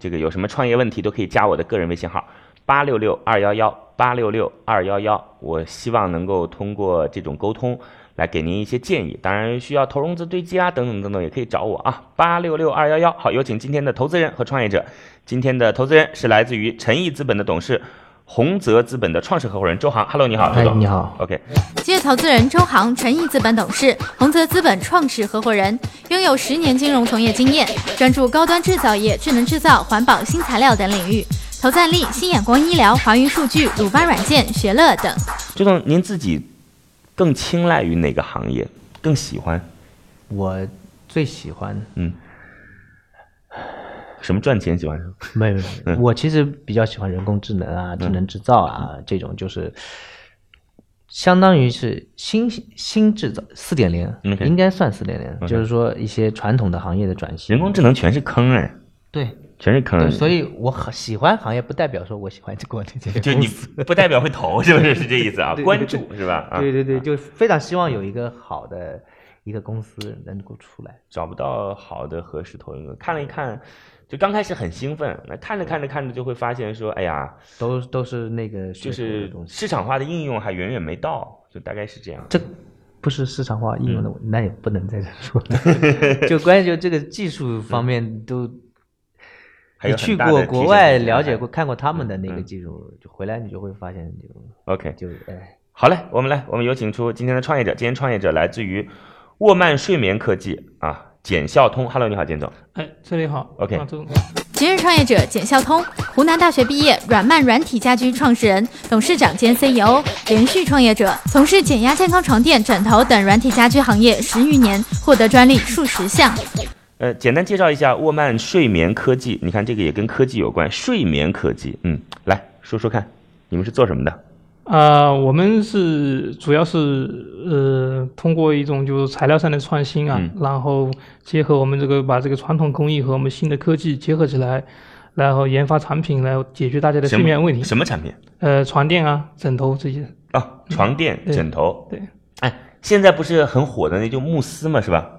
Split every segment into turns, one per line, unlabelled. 这个有什么创业问题都可以加我的个人微信号八六六二幺幺八六六二幺幺。我希望能够通过这种沟通来给您一些建议，当然需要投融资对接啊等等等等，也可以找我啊八六六二幺幺。好，有请今天的投资人和创业者。今天的投资人是来自于诚毅资本的董事。洪泽资本的创始合伙人周航，Hello，你好，周
哎，
啊总
你好，
，OK，
借投资人周航，诚毅资本董事，洪泽资本创始合伙人，拥有十年金融从业经验，专注高端制造业、智能制造、环保、新材料等领域，投赞力、新眼光医疗、华云数据、鲁邦软件、学乐等。
周总，您自己更青睐于哪个行业？更喜欢？
我最喜欢，
什么赚钱喜欢什么？
没有，没
嗯
有，我其实比较喜欢人工智能啊、智能制造啊、这种，就是相当于是新新制造四点零
OK
应该算四点零，就是说一些传统的行业的转型。
人工智嗯能全是坑哎，
对，
全是坑。啊
对，所以我很喜欢行业，不代表说我喜欢这个问题。
就你不代表会投，是不是？是这意思啊？
对对对
关注是吧？啊，
对对对，就非常希望有一个好的一个公司能够出来。
找不到好的合适投资，看了一看，就刚开始很兴奋，那看着看着看着就会发现说，哎呀，
都都是那个学
就
术的
是
东西，
市场化的应用还远远没到，就大概是这样。
这不是市场化应用的
嗯
问题，那也不能在这说。 就关于就这个技术方面都，
嗯还
你
有
去
很大的
过
提
国
升
外
空间
了解
还
过、看过他们的那个
嗯
技术，就回来你就会发现
？OK，
就就哎，
好嘞，我们来，我们有请出今天的创业者。今天创业者来自于沃曼睡眠科技啊，简孝通。Hello，你好，简总。
哎，崔磊好
OK
啊周总
今日创业者简孝通，湖南大学毕业，软漫软体家居创始人、董事长兼 CEO，连续创业者，从事减压健康床垫、枕头等软体家居行业十余年，获得专利数十项。
呃，简单介绍一下沃曼睡眠科技。你看这个也跟科技有关，睡眠科技。嗯，来说说看，你们是做什么的？
啊、我们是主要是呃，通过一种就是材料上的创新啊，
嗯
然后结合我们这个把这个传统工艺和我们新的科技结合起来，然后研发产品来解决大家的
什么
睡眠问题。
什么产品？
呃，床垫啊、枕头这些。
啊，床垫、
对
枕头。
对。
哎，现在不是很火的那就慕斯嘛，是吧？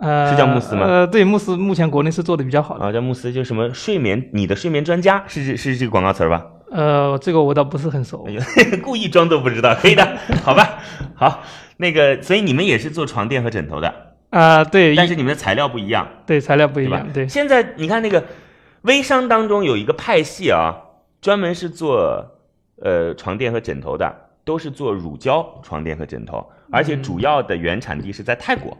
呃，
是叫慕斯吗
呃，对，慕斯目前国内是做的比较好的。
啊，叫慕斯，就什么睡眠，你的睡眠专家是这是这个广告词儿吧？
呃，这个我倒不是很熟
哎。呀， 故意装作不知道，可以的，好吧？好，那个，所以你们也是做床垫和枕头的，
啊、对，
但
一
是你们的材料不一样，
对材料不一
对吧
样，？对，
现在你看那个微商当中有一个派系啊，专门是做呃床垫和枕头的，都是做乳胶床垫和枕头，而且主要的原产地是在泰国，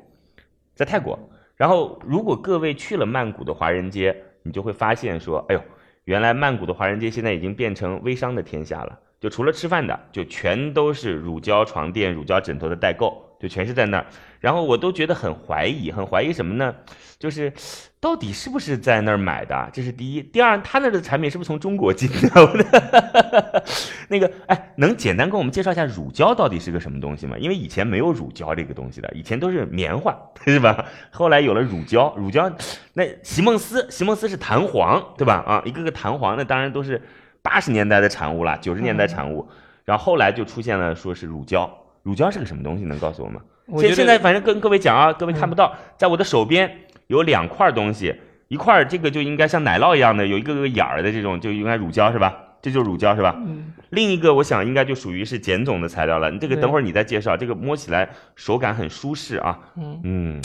在泰国。然后，如果各位去了曼谷的华人街，你就会发现说，哎呦，原来曼谷的华人街现在已经变成微商的天下了。就除了吃饭的，就全都是乳胶床垫、乳胶枕头的代购，就全是在那儿。然后我都觉得很怀疑，很怀疑什么呢？就是到底是不是在那儿买的？啊这是第一。第二，他那儿的产品是不是从中国进 口的？那个，哎，能简单跟我们介绍一下乳胶到底是个什么东西吗？因为以前没有乳胶这个东西的，以前都是棉花，是吧？ 后来有了乳胶，乳胶，那席梦思，席梦思是弹簧，对吧？啊，一个个弹簧，那当然都是八十年代的产物啦，九十年代产物。然后后来就出现了，说是乳胶，乳胶是个什么东西？能告诉我吗？
我觉
现
得嗯
现在反正跟各位讲啊，各位看不到，在我的手边有两块东西，一块儿这个就应该像奶酪一样的，有一个个眼儿的这种，就应该乳胶是吧？这就是乳胶是吧？
嗯，
另一个我想应该就属于是简总的材料了，你这个
对
等会儿你再介绍，这个摸起来手感很舒适啊，
嗯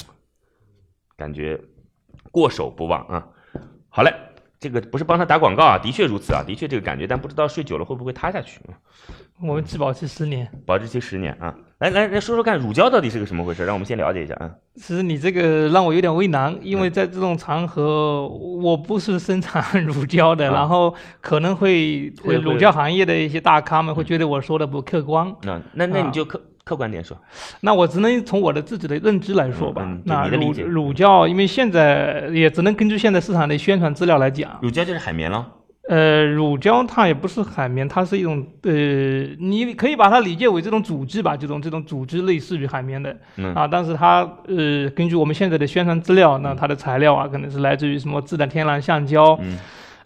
感觉过手不忘啊。好嘞，这个不是帮他打广告啊，的确如此啊，的确这个感觉，但不知道睡久了会不会塌下去，啊
我们质保期十年。
保质期十年啊。来来来说说看，乳胶到底是个什么回事？让我们先了解一下啊。
其实你这个让我有点为难，因为在这种场合，我不是生产乳胶的，
啊
然后可能会
会
呃乳
会
胶行业的一些大咖们会觉得我说的不客观。
那那那你就客、客观点说，
那我只能从我的自己的认知来说吧。
嗯嗯就
那
你的理
乳
解
乳教，因为现在也只能根据现在市场的宣传资料来讲。
乳胶就是海绵了。
呃，乳胶它也不是海绵，它是一种呃，你可以把它理解为这种组织吧，这种这种组织类似于海绵的
嗯
啊。但是它呃，根据我们现在的宣传资料，那它的材料啊，可能是来自于什么自然天然橡胶，
嗯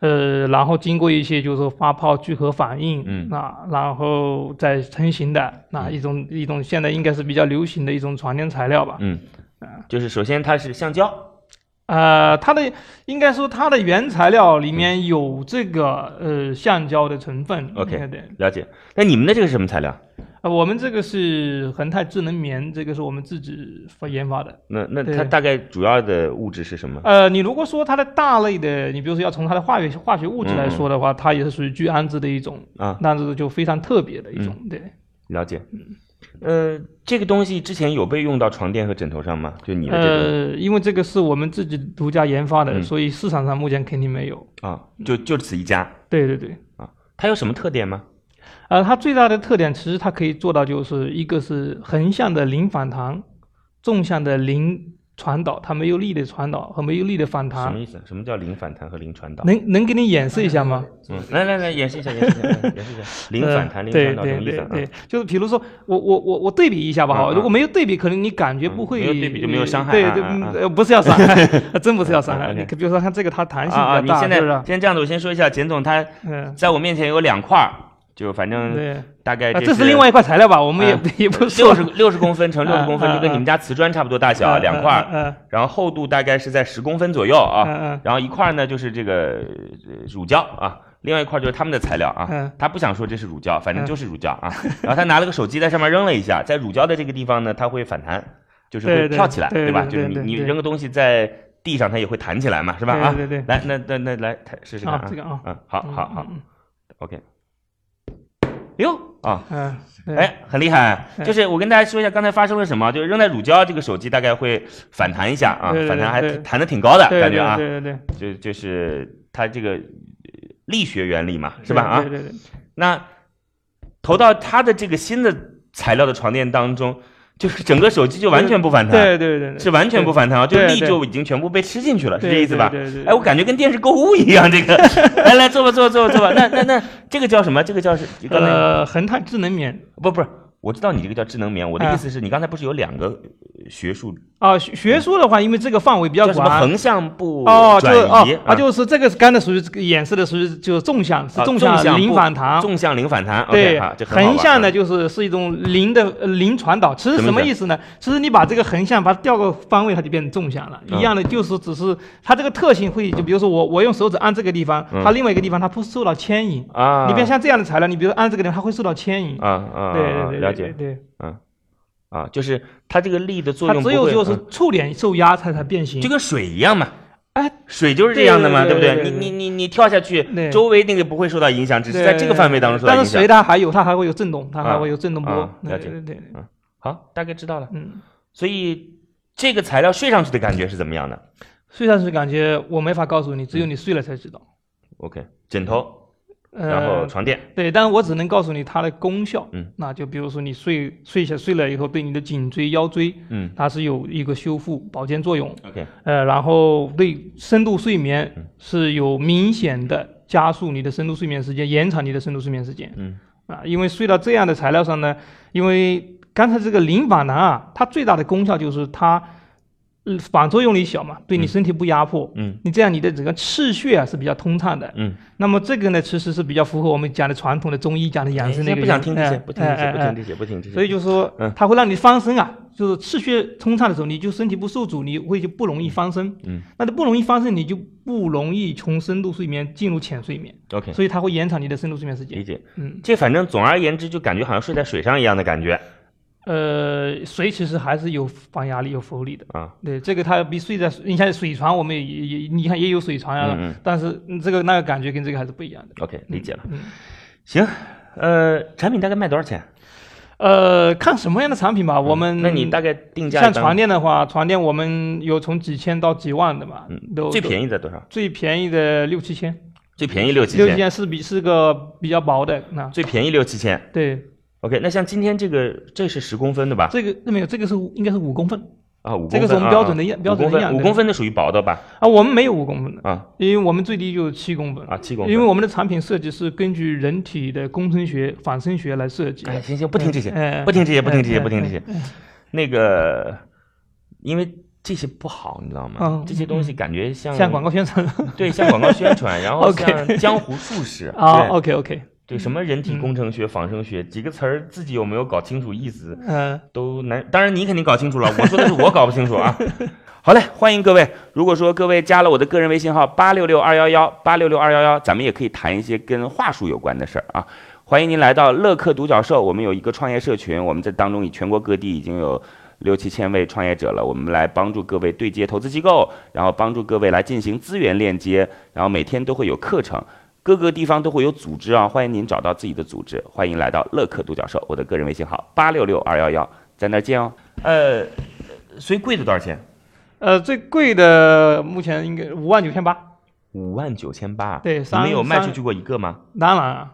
呃，然后经过一些就是说发泡聚合反应，
嗯
啊，然后再成型的那一种一种现在应该是比较流行的一种床垫材料吧。
嗯，
啊
就是首先它是橡胶，
呃，它的应该说它的原材料里面有这个呃橡胶的成分。
OK
对对。
了解。那你们的这个是什么材料？
呃，我们这个是恒泰智能棉，这个是我们自己发研发的。
那那
对
它大概主要的物质是什么？
呃，你如果说它的大类的，你比如说要从它的化学化学物质来
嗯嗯
说的话，它也是属于聚氨酯的一种，
啊，嗯
那这个就非常特别的一种。对，
了解。呃，这个东西之前有被用到床垫和枕头上吗？就你的这个、
呃，因为这个是我们自己独家研发的，
嗯
所以市场上目前肯定没有。
啊，就就此一家，
对对对，
它有什么特点吗？
呃，它最大的特点其实它可以做到就是一个是横向的零反弹，纵向的零传导，它没有力的传导和没有力的反
什么
弹。
意啊思？什么叫零反弹和零传导？
能能给你演示一下吗？
嗯，来来来，演示一下，演示一下，演示一下，零反弹、零
呃对
传导什
对
么意思
对
啊？
对，就是比如说我我我我对比一下吧，哈，
嗯嗯
如果没有对比，可能你感觉
嗯
不会
没有对比就没有伤害
对
啊
对，
啊
嗯
啊
呃不是要伤 害，真不是要伤害。
嗯
你
，OK
比如说看这个，它弹性
啊啊！你
比较大，
现
是不
在
是？
先这样子，我先说一下，简总他
嗯，
在我面前有两块儿，就反正
对，
大概嗯
啊
这
这是另外一块材料吧？我们也
啊
也不
六
说
十六十公分乘六十公分，
啊啊
就跟你们家瓷砖差不多大小，两块儿，
嗯
然后厚度大概是在十公分左右啊。
嗯
然后一块儿呢就是这个呃乳胶啊，另外一块儿就是他们的材料啊。
嗯
他不想说这是乳胶，反正就是乳胶啊。然后他拿了个手机在上面扔了一下，在乳胶的这个地方呢，它会反弹，就是
对
会
对
跳起来，
对
吧？
对
就是你
对
你
对
扔个东西在地上，它也会弹起来嘛，是吧？啊，
对对对
来，那那那来它试试
嗯，
看
啊
啊
这。个啊，
嗯，好
嗯
好好，
嗯
，OK。哟啊，
嗯，对，
哎，很厉害！
对
就是我跟大家说一下刚才发生了什么，就是扔在乳胶这个手机大概会反弹一下啊
对对，对
反弹还
对
弹的挺高的
对
感觉啊，
对对对，
就就是它这个呃力学原理嘛，是吧？啊
对，对对，
那投到它的这个新的材料的床垫当中，就是整个手机就完全不反弹，
对对对对，
是完全不反弹啊，就
对
力
对
就已经全部被吃进去了，是
对
这意思吧？
对对对对
哎，我感觉跟电视购物一样，这个， 来来坐吧坐吧坐吧坐吧，那那那这个叫什么？这个叫是刚才
呃，恒泰智能棉
不不是，我知道你这个叫智能棉，我的
啊
意思是你刚才不是有两个呃学术
啊，学学术的话，因为这个范围比较
叫什么
广。啊
横向不
哦，就
转
哦
移
啊，就是这个是刚才属于这个演示的，属于就是纵向，是
啊
纵
向
零
不
反弹。
纵向零反弹，
对
OK，好，这，很好玩
横向
啊
呢就是是一种零的呃零传导，其实
什么
什么
意
意思呢？其实你把这个横向把它调个方位，它就变成纵向了。
嗯
一样的，就是只是它这个特性会，就比如说我我用手指按这个地方，
嗯
它另外一个地方它不受到牵引。
啊，
你别像这样的材料，你比如说按这个地方，它会受到牵引。
啊啊，
对
啊
对对，
了
对
解
对，
啊，就是它这个力的作
它
用不
只
会，
有就是
嗯
触点受压它才变形
就。跟水一样嘛。
哎，
水就是这样的嘛，
对
不
对
对？
对
你
对
你你你跳下去，
对
周围那个不会受到影响，只是在这个范围当中受到
但
影
是
响
随。它还有它还会有震动，它还
啊
会有震动波
啊。
对
了解
对对，对
好，大概知道了。
嗯，
所以这个材料睡上去的感觉是怎么样的
睡上去感觉我没法告诉你，只有你睡了才知道。
？OK，枕头，
呃、
然后床垫，
对，但是我只能告诉你它的功效。
嗯，
那就比如说你睡睡下睡了以后，对你的颈椎、腰椎，
嗯
它是有一个修复保健作用。
，OK，
呃，然后对深度睡
嗯
眠是有明显的加速你的深度睡眠时间，延长你的深度睡眠时间。
嗯
啊，因为睡到这样的材料上呢，因为刚才这个零反弹啊，它最大的功效就是它，呃反作用力小嘛，对你身体不压迫，
嗯
你这样你的整个气血啊是比较通畅的。
嗯。
那么这个呢，其实是比较符合我们讲的传统的中医讲的养生那
哎
个原因。
不想听这些，
哎
不听这
哎
些，
哎
不
哎
听这些，不听这些。
所以就是说
嗯，
它会让你翻身啊，就是气血通畅的时候，你就身体不受阻，你会就不容易翻身。
嗯，
那就不容易翻身，你就不容易从深度睡眠进入浅睡眠，
OK，
所以它会延长你的深度睡眠时
嗯理
间。
解。
嗯，
这反正总而言之，就感觉好像睡在水上一样的感觉
呃，水其实还是有防压力、有浮力的。
啊。
对，这个它比睡在你像水床，我们也也也你看也有水床啊，
嗯嗯
但是嗯这个那个感觉跟这个还是不一样的。
OK，理解了。
嗯，
行，呃，产品大概卖多少钱？
呃，看什么样的产品吧，我们
嗯那你大概定价
嗯像
当
床垫的话，床垫我们有从几千到几万的嘛，都
嗯最
宜
便宜在多少？
最便宜的六七千，
最便宜六七
六七
千，
千是比是个比较薄的那
最便宜六七千。
对
OK，那像今天这个，这是十公分的吧？
这个那没有，这个是五应该是五公分
啊，五公分
这个是我们
啊
标准的
啊
样
五
标准
公
的样
分，
子
五公分的属于薄的吧？
啊，我们没有五公分的，
啊
因为我们最低就是七公分
啊，七公分。
因为我们的产品设计是根据人体的工程学、仿生学来设计的。
哎，行行，不听这些
哎，
不听这些，不听这些，
哎
不听这些。那个，因为这些不好，你知道吗
嗯？
这些东西感觉像
像广告，宣传
对，像广告宣传，然后
OK
像江湖术士
啊
对
，OK OK，
对，什么
嗯
人体工程学、仿生学几个词儿，自己有没有搞清楚意思
嗯，
都难。当然你肯定搞清楚了，我说的是我搞不清楚啊。 好嘞，欢迎各位。如果说各位加了我的个人微信号八六六二幺幺八六六二幺幺，咱们也可以谈一些跟话术有关的事儿啊。欢迎您来到乐客独角兽，我们有一个创业社群，我们在当中以全国各地已经有六七千位创业者了，我们来帮助各位对接投资机构，然后帮助各位来进行资源链接，然后每天都会有课程，各个地方都会有组织啊，欢迎您找到自己的组织，欢迎来到乐客独角兽，我的个人微信号八六六二幺幺，在那儿见哦。呃，所以贵的多少钱？
呃，最贵的目前应该五万九千八，
五万九千八，
对
你
三
们有卖
三
出去过一个吗？
当然啊，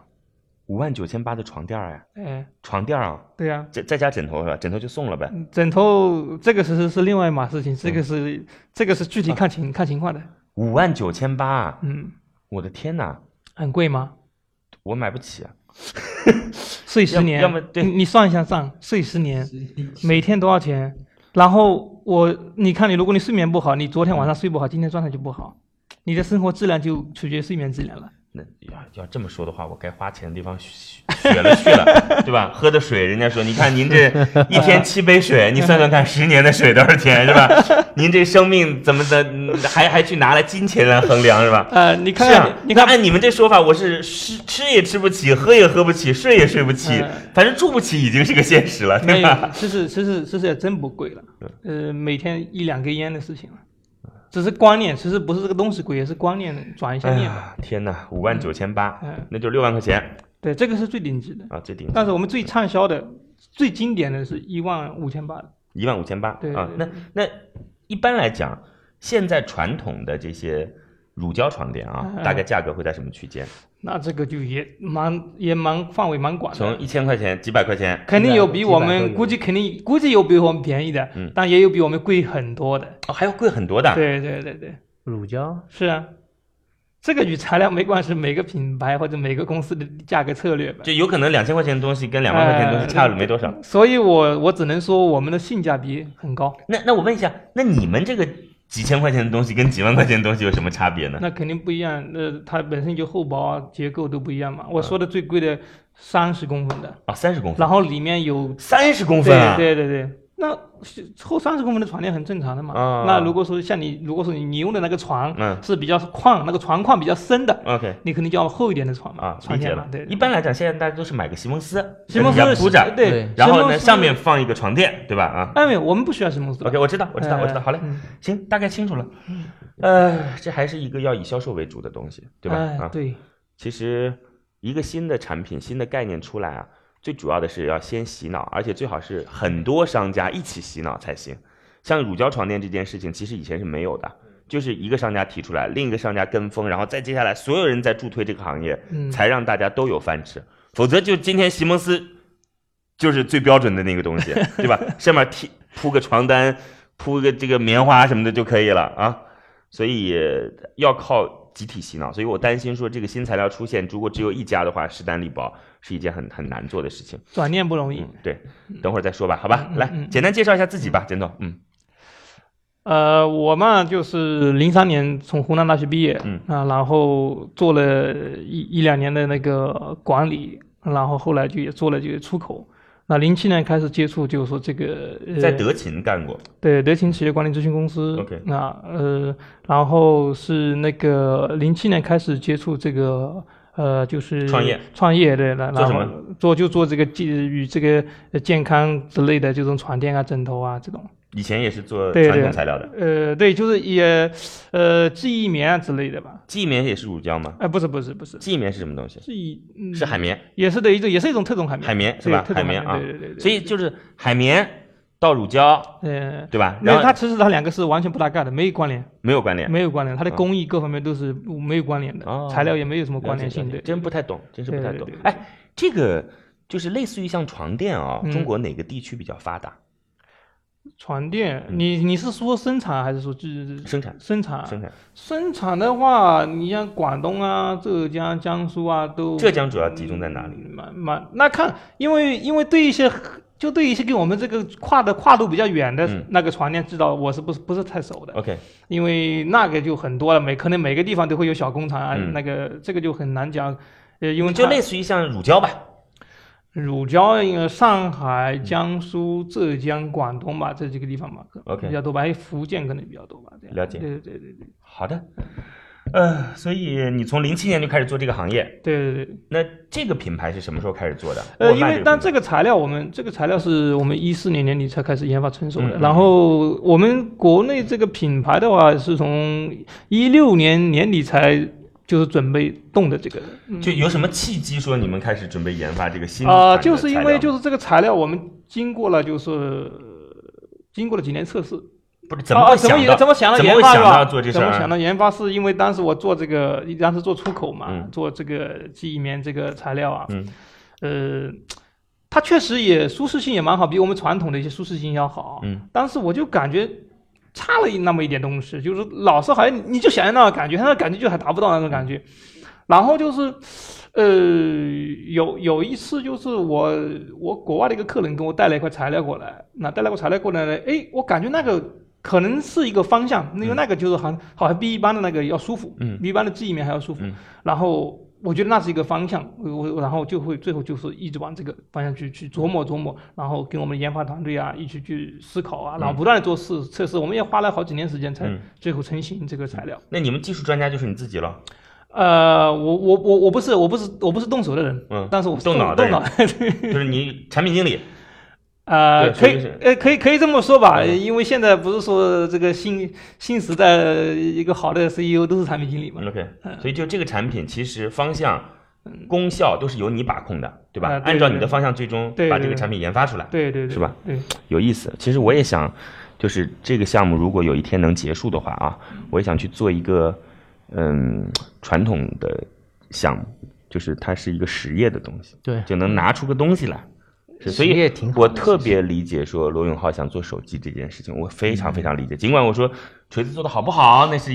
五万九千八的床垫儿呀、
哎，
床垫儿啊，
对呀、
再再加枕头是吧？枕头就送了呗。
啊，枕头这个是是另外一码事情，这个是、
嗯
这个是具
啊
体看情、看情况的，
五万九千八，
嗯，
我的天哪，
很贵吗？
我买不起啊！
睡十年，
要么对
你你算一下账，睡十年，每天多少钱？然后我，你看你，如果你睡眠不好，你昨天晚上睡不好，今天状态就不好，你的生活质量就取决于睡眠质量了。
那要要这么说的话，我该花钱的地方血血了去 了，对吧？喝的水，人家说，你看您这一天七杯 水，你算算看，十年的水多少钱是吧？您这生命怎么的，嗯还还去拿来金钱来衡量是吧？
呃，你看
是啊
看，，你看，
按你们这说法，我是吃吃也吃不起，喝也喝不起，睡也睡不起
嗯，
反正住不起已经是个现实了，
没
对
有
吧？，
其实其实其实也真不贵了，
嗯
呃，每天一两根烟的事情了，只是观念，其实不是这个东西贵，也是观念转一下
哎
念吧。
呀，天哪，五万九千八
嗯，
那就六万块钱
对，这个是最顶级的，
啊，最顶
但是我们最畅销的、最经典的是一万五千八，
一万五千八
对
啊。
对
那那一般来讲，现在传统的这些乳胶床垫啊，
嗯
大概价格会在什么区间？
那这个就也蛮也蛮范围蛮广的。
从一千块钱、几百块钱，
肯定有比我
几百都
们
有
估计肯定估计有比我们便宜的，
嗯
但也有比我们贵很多的。
哦，还要贵很多的。
对对对对，
乳胶
是啊，这个与材料没关系，每个品牌或者每个公司的价格策略吧。
就有可能两千块钱的东西跟两万块钱的东西
呃
差了没多少。
所以我我只能说我们的性价比很高，
那那我问一下，那你们这个几千块钱的东西跟几万块钱的东西有什么差别呢？
那肯定不一样。呃，它本身就厚薄啊，结构都不一样嘛。
嗯
我说的最贵的三十公分的，
啊，三十公分
然，后里面有
三十公分
对
啊！
对对对，那是厚三十公分的床垫很正常的嘛。
啊
那如果说像你，如果说你你用的那个床
嗯
是比较宽，那个床框比较深的，
OK
你肯定就要厚一点的床嘛，
啊，
床
理解
垫嘛
了。。
对，
一般来讲，现在大家都是买个席梦思，
席梦思
跟人家铺
是
着，嗯
对
对，
然后呢
席梦思
上面放一个床垫，对吧？啊
哎没有，我们不需要席梦思。
，OK，我知道，我知道，我知道。
哎
好嘞
嗯，
行，大概清楚了。呃，这还是一个要以销售为主的东西，对吧？
哎
啊，
对，
其实一个新的产品、新的概念出来啊，最主要的是要先洗脑，而且最好是很多商家一起洗脑才行。像乳胶床垫这件事情，其实以前是没有的，就是一个商家提出来，另一个商家跟风，然后再接下来所有人在助推这个行业，
嗯
才让大家都有饭吃。否则就今天席梦思就是最标准的那个东 西，对吧？上面贴铺个床单，铺个这个棉花什么的就可以了啊。所以要靠集体洗脑，所以我担心说这个新材料出现，如果只有一家的话，势单力薄是一件很很难做的事情。
转念不容易
嗯。，对，等会儿再说吧，好吧？来
嗯，嗯
简单介绍一下自己吧，简总。嗯
呃，我嘛就是零三年从湖南大学毕业，
嗯
啊，然后做了一一两年的那个管理，然后后来就也做了这个出口。那零七年开始接触，就是说这个、呃、
在德勤干过，
对德勤企业管理咨询公司
OK
那呃，然后是那个零七年开始接触这个呃，就是
创业
创业对了，
做
然
什
后
么
做就做这个健与这个呃健康之类的这种床垫啊、枕头啊这种。
以前也是做
对
传统
对
材料的，
呃，对，就是也，呃，记忆棉啊之类的吧。
记忆棉也是乳胶吗？
哎、不是不是不是，
记忆棉是什么东西？
是以、嗯、
是海绵，
也是的一种，也是一种特种海绵，
海绵是吧？
对特
海
种
绵啊
对对对，对。
所以就是海绵到乳胶，
呃，
对吧？
没
然
有，它
后
其实它两个是完全不搭嘎的，没有关联，
没有关联，
没有关联，它的
啊
工艺各方面都是没有关联的，
哦
材料也没有什么
了
关
解
联
了
性
解
对。
真不太懂，真是不
对
太
对
懂
对。
哎，这个就是类似于像床垫啊、
嗯
中国哪个地区比较发达？
床垫，你你是说生产还是说就是
嗯生产
生产？
生产，
生产的话，你像广东啊、浙江、江苏啊，都
浙江主要集中在哪里？
蛮蛮那看，因为因为对一些就对一些跟我们这个跨的跨度比较远的
嗯哦
那个床垫制造，我是不是不是太熟的，
OK，
因为那个就很多了，每可能每个地方都会有小工厂啊，
嗯
那个这个就很难讲。呃，因为
就
它
类似于像乳胶吧，
乳胶，呃，上海、江苏、浙江、广东吧，这几个地方吧可
OK
比较多吧，还有福建可能比较多吧。这样
了解
对对对对
好的，呃，所以你从零七年就开始做这个行业，
对对对。
那这个品牌是什么时候开始做的？
呃，
沃
因
曼
为但这
个
个材料，我们这个材料是我们一四年年底才开始研发成熟的。
嗯嗯
然后我们国内这个品牌的话，是从一六年年底才就是准备动的这个。
品牌就有什么契机说你们开始准备研发这个新
啊、
款的
就是因
材
为
料
就是这个材料，我们经过了就是呃经过了几年测试，
不是怎么
啊
会
怎么
想
也
到
怎么想到
怎么
研
会
发
想
是吧？
到做这事
怎么想
儿？啊
到研发是因为当时我做这个，当时做出口嘛，
嗯
做这个记忆棉这个材料啊，
嗯
呃，它确实也舒适性也蛮好，比我们传统的一些舒适性要好。
嗯，
但是我就感觉差了一那么一点东西，就是老是好像你就想要那种感觉，它的感觉就还达不到那种感觉。然后就是，呃，有有一次就是我我国外的一个客人给我带了一块材料过来，那带了块材料过来呢，哎，我感觉那个可能是一个方向，因为那个就是好像好像比一般的那个要舒服，
嗯
比一般的记忆棉还要舒服。
嗯
然后我觉得那是一个方向，我我然后就会最后就是一直往这个方向去去琢磨琢磨，然后跟我们的研发团队啊一起去思考啊，然后不断的做试测试，我们也花了好几年时间才
嗯
最后成型这个材料。
那你们技术专家就是你自己了，
呃，我我我我不是我不是我不是动手的人，
嗯
但是我是
动脑的
动
人
脑 的人，
就是你产品经理。
呃，
对
可
肯定
以
是
呃可以可以这么说吧，
嗯
因为现在不是说这个新新时代一个好的 CEO 都是产品经理嘛，
OK，所以
嗯
就这个产品，其实方向、功效都是由你把控的，对吧？
啊对
按照你
对
的方向，最终
对
把
对
这个
对
产品研发出来，
对对对，
是吧？
对，
有意思。其实我也想，就是这个项目如果有一天能结束的话啊，
嗯
我也想去做一个，嗯，传统的项目，就是它是一个实业的东西，
对
就能拿出个东西来。是所
实业
以
挺好的
我特别理解说罗永浩想做手机这件事情，我
嗯
非常非常理解。尽管我说锤子做的好不好，那是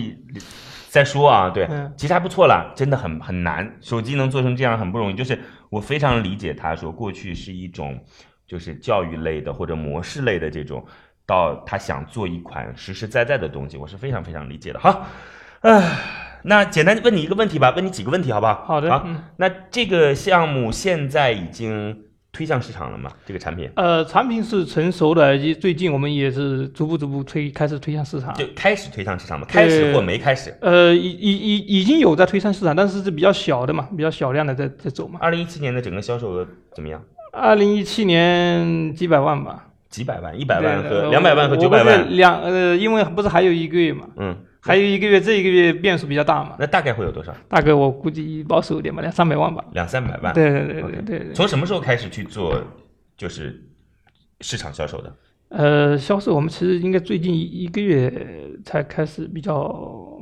再说啊，对
嗯，
其实还不错啦，真的很很难，手机能做成这样很不容易。就是我非常理解他说，过去是一种就是教育类的或者模式类的这种，到他想做一款实实在在的东西，我是非常非常理解的。好，唉，那简单问你一个问题吧，问你几个问题好不好？
好的
好，
嗯
那这个项目现在已经推向市场了吗？这个产品
呃，产品是成熟的，以及最近我们也是逐步逐步推，开始推向市场。
就开始推向市场吗？开始或没开始？
呃，已已已已经有在推向市场，但是是比较小的嘛，比较小量的在在走嘛。
二零一七年的整个销售额怎么样？
二零一七年几百万吧，
几百万、一百万和
对呃
两百万和
我
九百
我不
万
是，两呃，因为不是还有一个月嘛，
嗯，
还有一个月，这一个月变数比较大嘛，
那大概会有多少？
大概我估计保守一点吧，两三百万吧。
两三百万。
对对对
OK
对对对。
从什么时候开始去做就是市场销售的？
呃，销售我们其实应该最近一个月才开始比较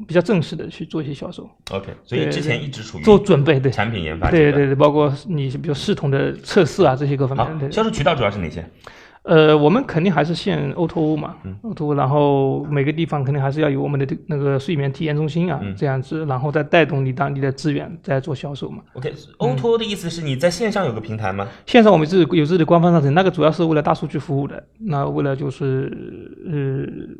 比较正式的去做一些销售，
OK，所以
对
之前一直处于
做准备，对。
产品研发阶
对
段
对对，包括你比如系统的测试啊，这些各方面。
好，
对
销售渠道主要是哪些？
呃，我们肯定还是限 O to O 嘛、o
嗯
to O，然后每个地方肯定还是要有我们的这那个睡眠体验中心啊，
嗯
这样子，然后再带动你当地的资源再做销售嘛。
OK，O to O 的意思是你在线上有个平台吗？
线上我们是有自己的官方商城，那个主要是为了大数据服务的，那为了就是呃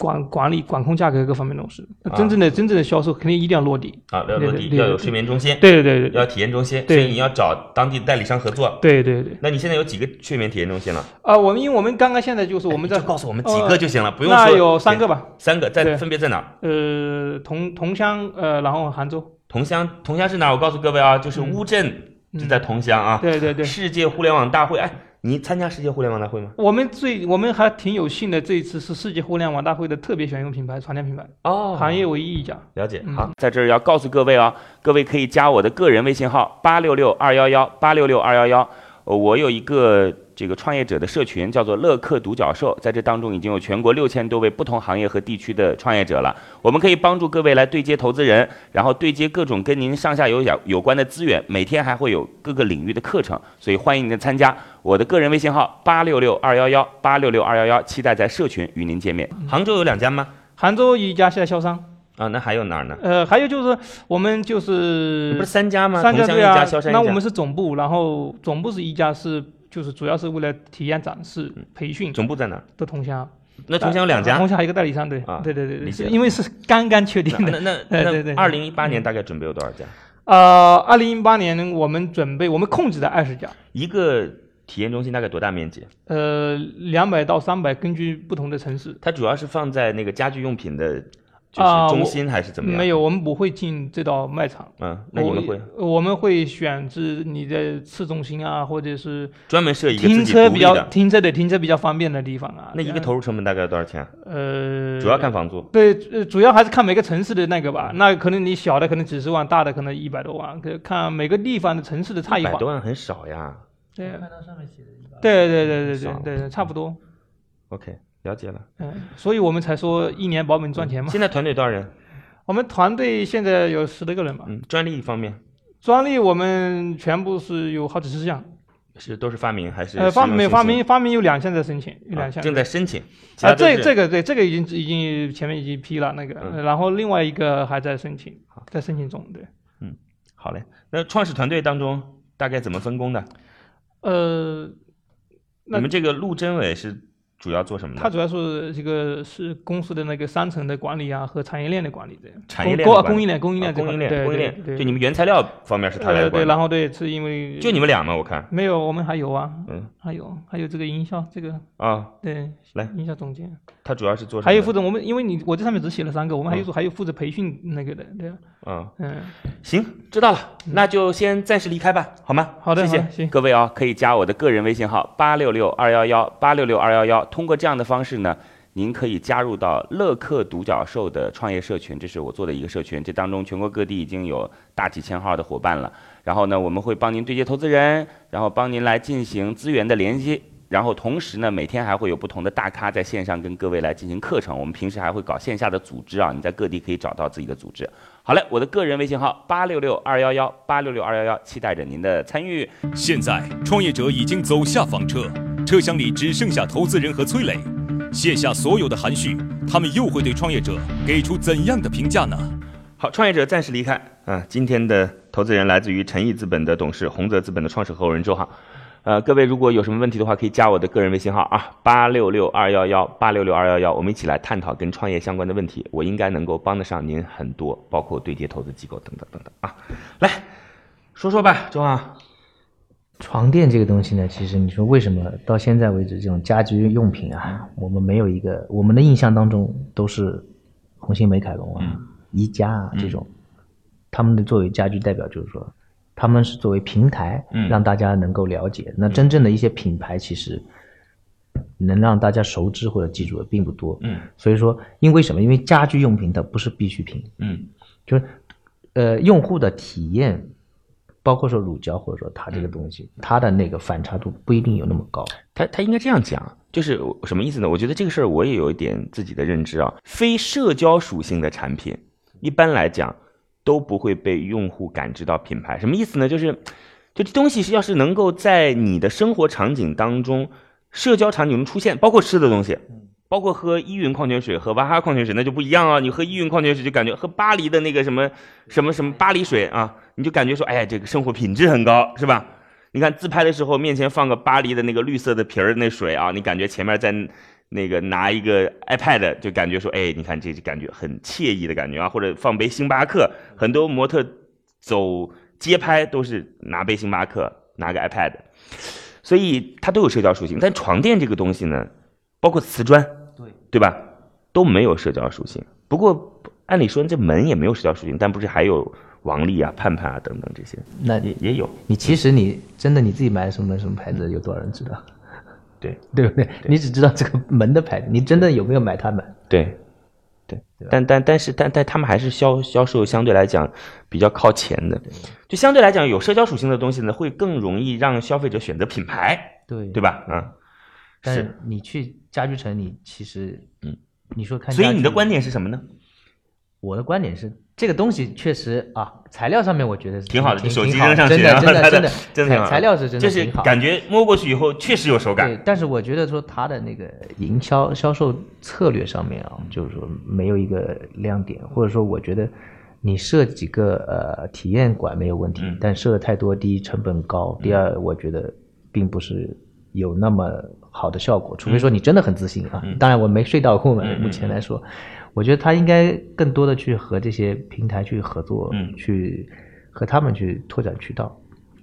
管管理管控价格各方面的东西。那真正的、真正的销售肯定一定要落地。
啊，要落地，
对对对
要有睡眠中心，
对对对对
要体验中心，所
对
以你要找当地代理商合作。
对对对。
那你现在有几个睡眠体验中心了？
啊、我们因为我们刚刚现在就是我们
你
在
就告诉我们哎几个就行了，不用
呃那
说。
有三个吧？
三个在
对
分别在哪儿？
呃，桐桐乡，呃，然后杭州，
桐乡，桐乡是哪儿？我告诉各位啊，就是乌镇，就在桐乡啊。
对嗯对对，
世界互联网大会，哎，你参加世界互联网大会吗？
我们最我们还挺有幸的，这一次是世界互联网大会的特别选用品牌，床垫品牌，
哦
行业嗯唯一一家。
了解，好，在这儿要告诉各位啊，各位可以加我的个人微信号八六六二幺幺八六六二幺幺，呃我有一个这个创业者的社群，叫做乐客独角兽，在这当中已经有全国六千多位不同行业和地区的创业者了。我们可以帮助各位来对接投资人，然后对接各种跟您上下游有有关的资源。每天还会有各个领域的课程，所以欢迎您的参加。我的个人微信号八六六二幺幺八六六二幺幺，期待在社群与您见面。
嗯
杭州有两家吗？
杭州一家现在销商，
啊，那还有哪儿呢？
呃，还有就是我们就是
不是三家吗？
嗯三
同
家
乡
对
一家，
啊
萧，山一家。
那我们是总部，然后总部是一家是就是主要是为了体验展示、培训
嗯总部在哪儿？
的同乡，
那同乡有两家
呃同。乡还有一个代理商，对
啊，
对对对
理
对，
解
是
了
因为是刚刚确定
那
的。
那那
对
那
对对
二零一八年大概准备有多少家？
呃，二零一八年我们准备，我们控制在二十家，
一个体验中心大概多大面积？
呃，两百到三百，根据不同的城市。
它主要是放在那个家居用品的，就
啊
是
我
中心还是怎么样？
没有，我们不会进这道卖场。
嗯，那你们会
我我们会选自你的市中心啊，或者是
专门设一个自
停
己
车
独
比
立
较
的？
停车的停车比较方便的地方啊。
那一个投入成本大概多少钱？
这样呃，
主要看房租。
对，呃主要还是看每个城市的那个吧。那可能你小的可能几十万，大的可能一百多万，可看每个地方的城市的差异
百
化。
多万很少呀。
对对对对对对对，差不多。
OK，了解了。
嗯，所以我们才说一年保本赚钱嘛。
嗯现在团队多少人？
我们团队现在有十多个人吧，
嗯，专利方面
专利我们全部是有好几十项，
是都是发明还是
呃，发
实用
没有
性
发明发明有两项在申请，有两
啊
项
正在申请。其
啊，
他都
这
是
这个对这个已经已经前面已经批了那个，
嗯
呃然后另外一个还在申请，在申请中，对，
好嘞。那创始团队当中大概怎么分工的？
呃，
嗯
那
你们这个陆真伟是主要做什么的？
它主要是这个是公司的那个商城的管理啊和产业链的管理这样，
产业链
供
的管理
供应链供应
啊
链这
供
块
应链，
对
供应
对
链，
对
就你们原材料方面是他来
呃对，
管
然
的，
后对是因为
就你们俩吗？我看，
没有我们还有啊，
嗯
还有还有这个营销这个
啊，
对
来
营销总监。
他主要是做什么的？
还有负责我们，因为你我这上面只写了三个，我们还有
嗯
还有负责培训那个的，对吧，
嗯，
嗯，
行，知道了，那就先暂时离开吧，好吗？
好的
谢
好
谢
的行
各位啊、可以加我的个人微信号八六六二幺幺八六六二幺幺，通过这样的方式呢。您可以加入到乐客独角兽的创业社群，这是我做的一个社群，这当中全国各地已经有大几千号的伙伴了。然后呢，我们会帮您对接投资人，然后帮您来进行资源的连接。然后同时呢，每天还会有不同的大咖在线上跟各位来进行课程。我们平时还会搞线下的组织啊，你在各地可以找到自己的组织。好嘞，我的个人微信号八六六二幺幺八六六二幺幺，期待着您的参与。
现在创业者已经走下房车，车厢里只剩下投资人和崔磊。卸下所有的含蓄，他们又会对创业者给出怎样的评价呢？
好，创业者暂时离开。啊，今天的投资人来自于诚毅资本的董事、洪泽资本的创始合伙人周航。呃，各位如果有什么问题的话，可以加我的个人微信号啊，八六六二幺幺八六六二幺幺，我们一起来探讨跟创业相关的问题。我应该能够帮得上您很多，包括对接投资机构等等等等啊。来说说吧，周航。
床垫这个东西呢，其实你说为什么到现在为止，这种家居用品啊，
嗯
我们没有一个，我们的印象当中都是红星美凯龙啊、
嗯
宜家啊这种，他们的作为家居代表，就是说他们是作为平台，
嗯
让大家能够了解。那真正的一些品牌，其实能让大家熟知或者记住的并不多。
嗯，
所以说，因为什么？因为家居用品它不是必需品，
嗯
就是呃用户的体验，包括说乳胶或者说它
嗯
这个东西，它的那个反差度不一定有那么高。
他他应该这样讲，就是我什么意思呢？我觉得这个事儿我也有一点自己的认知啊。非社交属性的产品，一般来讲都不会被用户感知到品牌。什么意思呢？就是就这东西是要是能够在你的生活场景当中、社交场景中出现，包括吃的东西。包括喝依云矿泉水和娃哈哈矿泉水，那就不一样啊！你喝依云矿泉水就感觉喝巴黎的那个什么什么什么巴黎水啊，你就感觉说，哎呀，这个生活品质很高，是吧？你看自拍的时候，面前放个巴黎的那个绿色的瓶儿那水啊，你感觉前面在那个拿一个 iPad，就感觉说，哎，你看这感觉很惬意的感觉啊，或者放杯星巴克，很多模特走街拍都是拿杯星巴克，拿个 iPad，所以它都有社交属性。但床垫这个东西呢，包括瓷砖，对对吧，都没有社交属性。不过按理说这门也没有社交属性，但不是还有王丽啊、盼盼啊等等这些
那
也
你
也有。
你其实你真的你自己买什么什么牌子，有多少人知道？
对
对不对？你只知道这个门的牌子，你真的有没有买它们？
对，对，
对吧
但但但是但但他们还是销销售相对来讲比较靠前的，就相对来讲有社交属性的东西呢，会更容易让消费者选择品牌，
对
对？吧？嗯，
但
是
是你去家居城，你其实
嗯，
你说看，
所以你的观点，是什么呢？
嗯我的观点是。这个东西确实啊，材料上面我觉得是
挺好的，就
挺
手机
挺好
扔上去，
真的
然后
真
它
的真
的真的
材
挺好
材料是真的
就是
挺好，
感觉摸过去以后确实有手
对
感，，
但是我觉得说它的那个营销销售策略上面啊，就是说没有一个亮点，或者说我觉得你设几个呃体验馆没有问题，
嗯
但设的太多，第一成本高，第二我觉得并不是有那么好的效果，除
嗯
非说你真的很自信啊。当然我没睡到后门，目前来说，我觉得他应该更多的去和这些平台去合作，
嗯
去和他们去拓展渠道。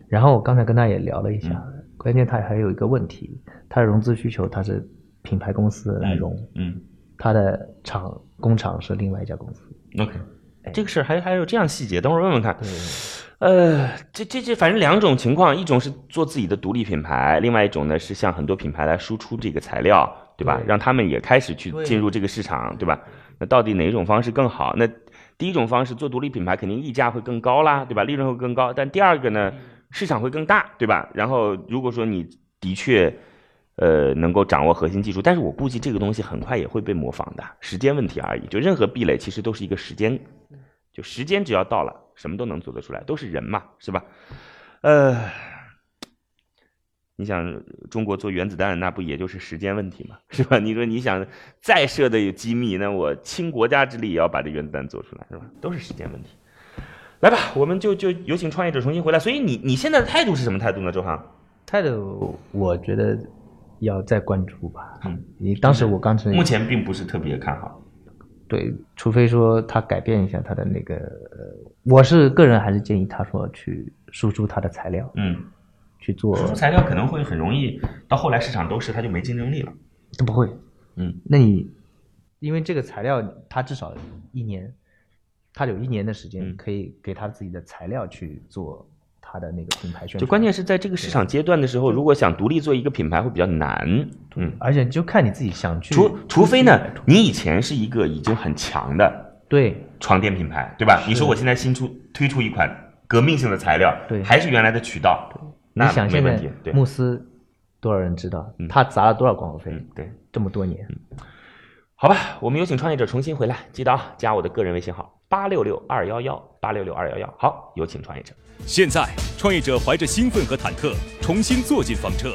然后我刚才跟他也聊了一下，
嗯
关键他还有一个问题，他的融资需求他是品牌公司来融，
嗯
他的厂工厂是另外一家公司。
，OK。这个事儿还还有这样细节，等会儿问问看。呃，这这这，反正两种情况，一种是做自己的独立品牌，另外一种呢是向很多品牌来输出这个材料，对吧？
对
让他们也开始去
对
进入这个市场，对吧？那到底哪一种方式更好？那第一种方式做独立品牌，肯定溢价会更高啦，对吧？利润会更高。但第二个呢，
嗯
市场会更大，对吧？然后如果说你的确。呃，能够掌握核心技术，但是我估计这个东西很快也会被模仿的，时间问题而已。就任何壁垒其实都是一个时间就时间只要到了，什么都能做得出来，都是人嘛，是吧？呃，你想中国做原子弹，那不也就是时间问题嘛，是吧？你说你想再设的有机密，那我倾国家之力也要把这原子弹做出来，是吧？都是时间问题。来吧，我们就就有请创业者重新回来。所以你你现在的态度是什么态度呢，周航？
态度我觉得要再关注吧。
嗯，
你当时我刚才
目前并不是特别看好。
对，除非说他改变一下他的那个，呃我是个人还是建议他说去输出他的材料，
嗯，
去做
输出材料可能会很容易到后来市场都是，它就没竞争力了。
都不会。
嗯，
那你因为这个材料，它至少一年，它有一年的时
嗯
间可以给它自己的材料去做它的那个品牌宣传。
就关键，是在这个市场阶段的时候，如果想独立做一个品牌会比较难，嗯，
而且就看你自己想去。
除除非呢，你以前是一个已经很强的
对
床垫品牌，对吧？你说我现在新出推出一款革命性的材料，
对
还是原来的渠道，
你
那
想
没
现
问
在
题，对，
慕斯多少人知道
嗯？
他砸了多少广告费？
嗯对，嗯
这么多年，
好吧，我们有请创业者重新回来，记得啊，加我的个人微信号八六六二幺幺八六六二幺幺，好，有请创业者。
现在，创业者怀着兴奋和忐忑，重新坐进房车，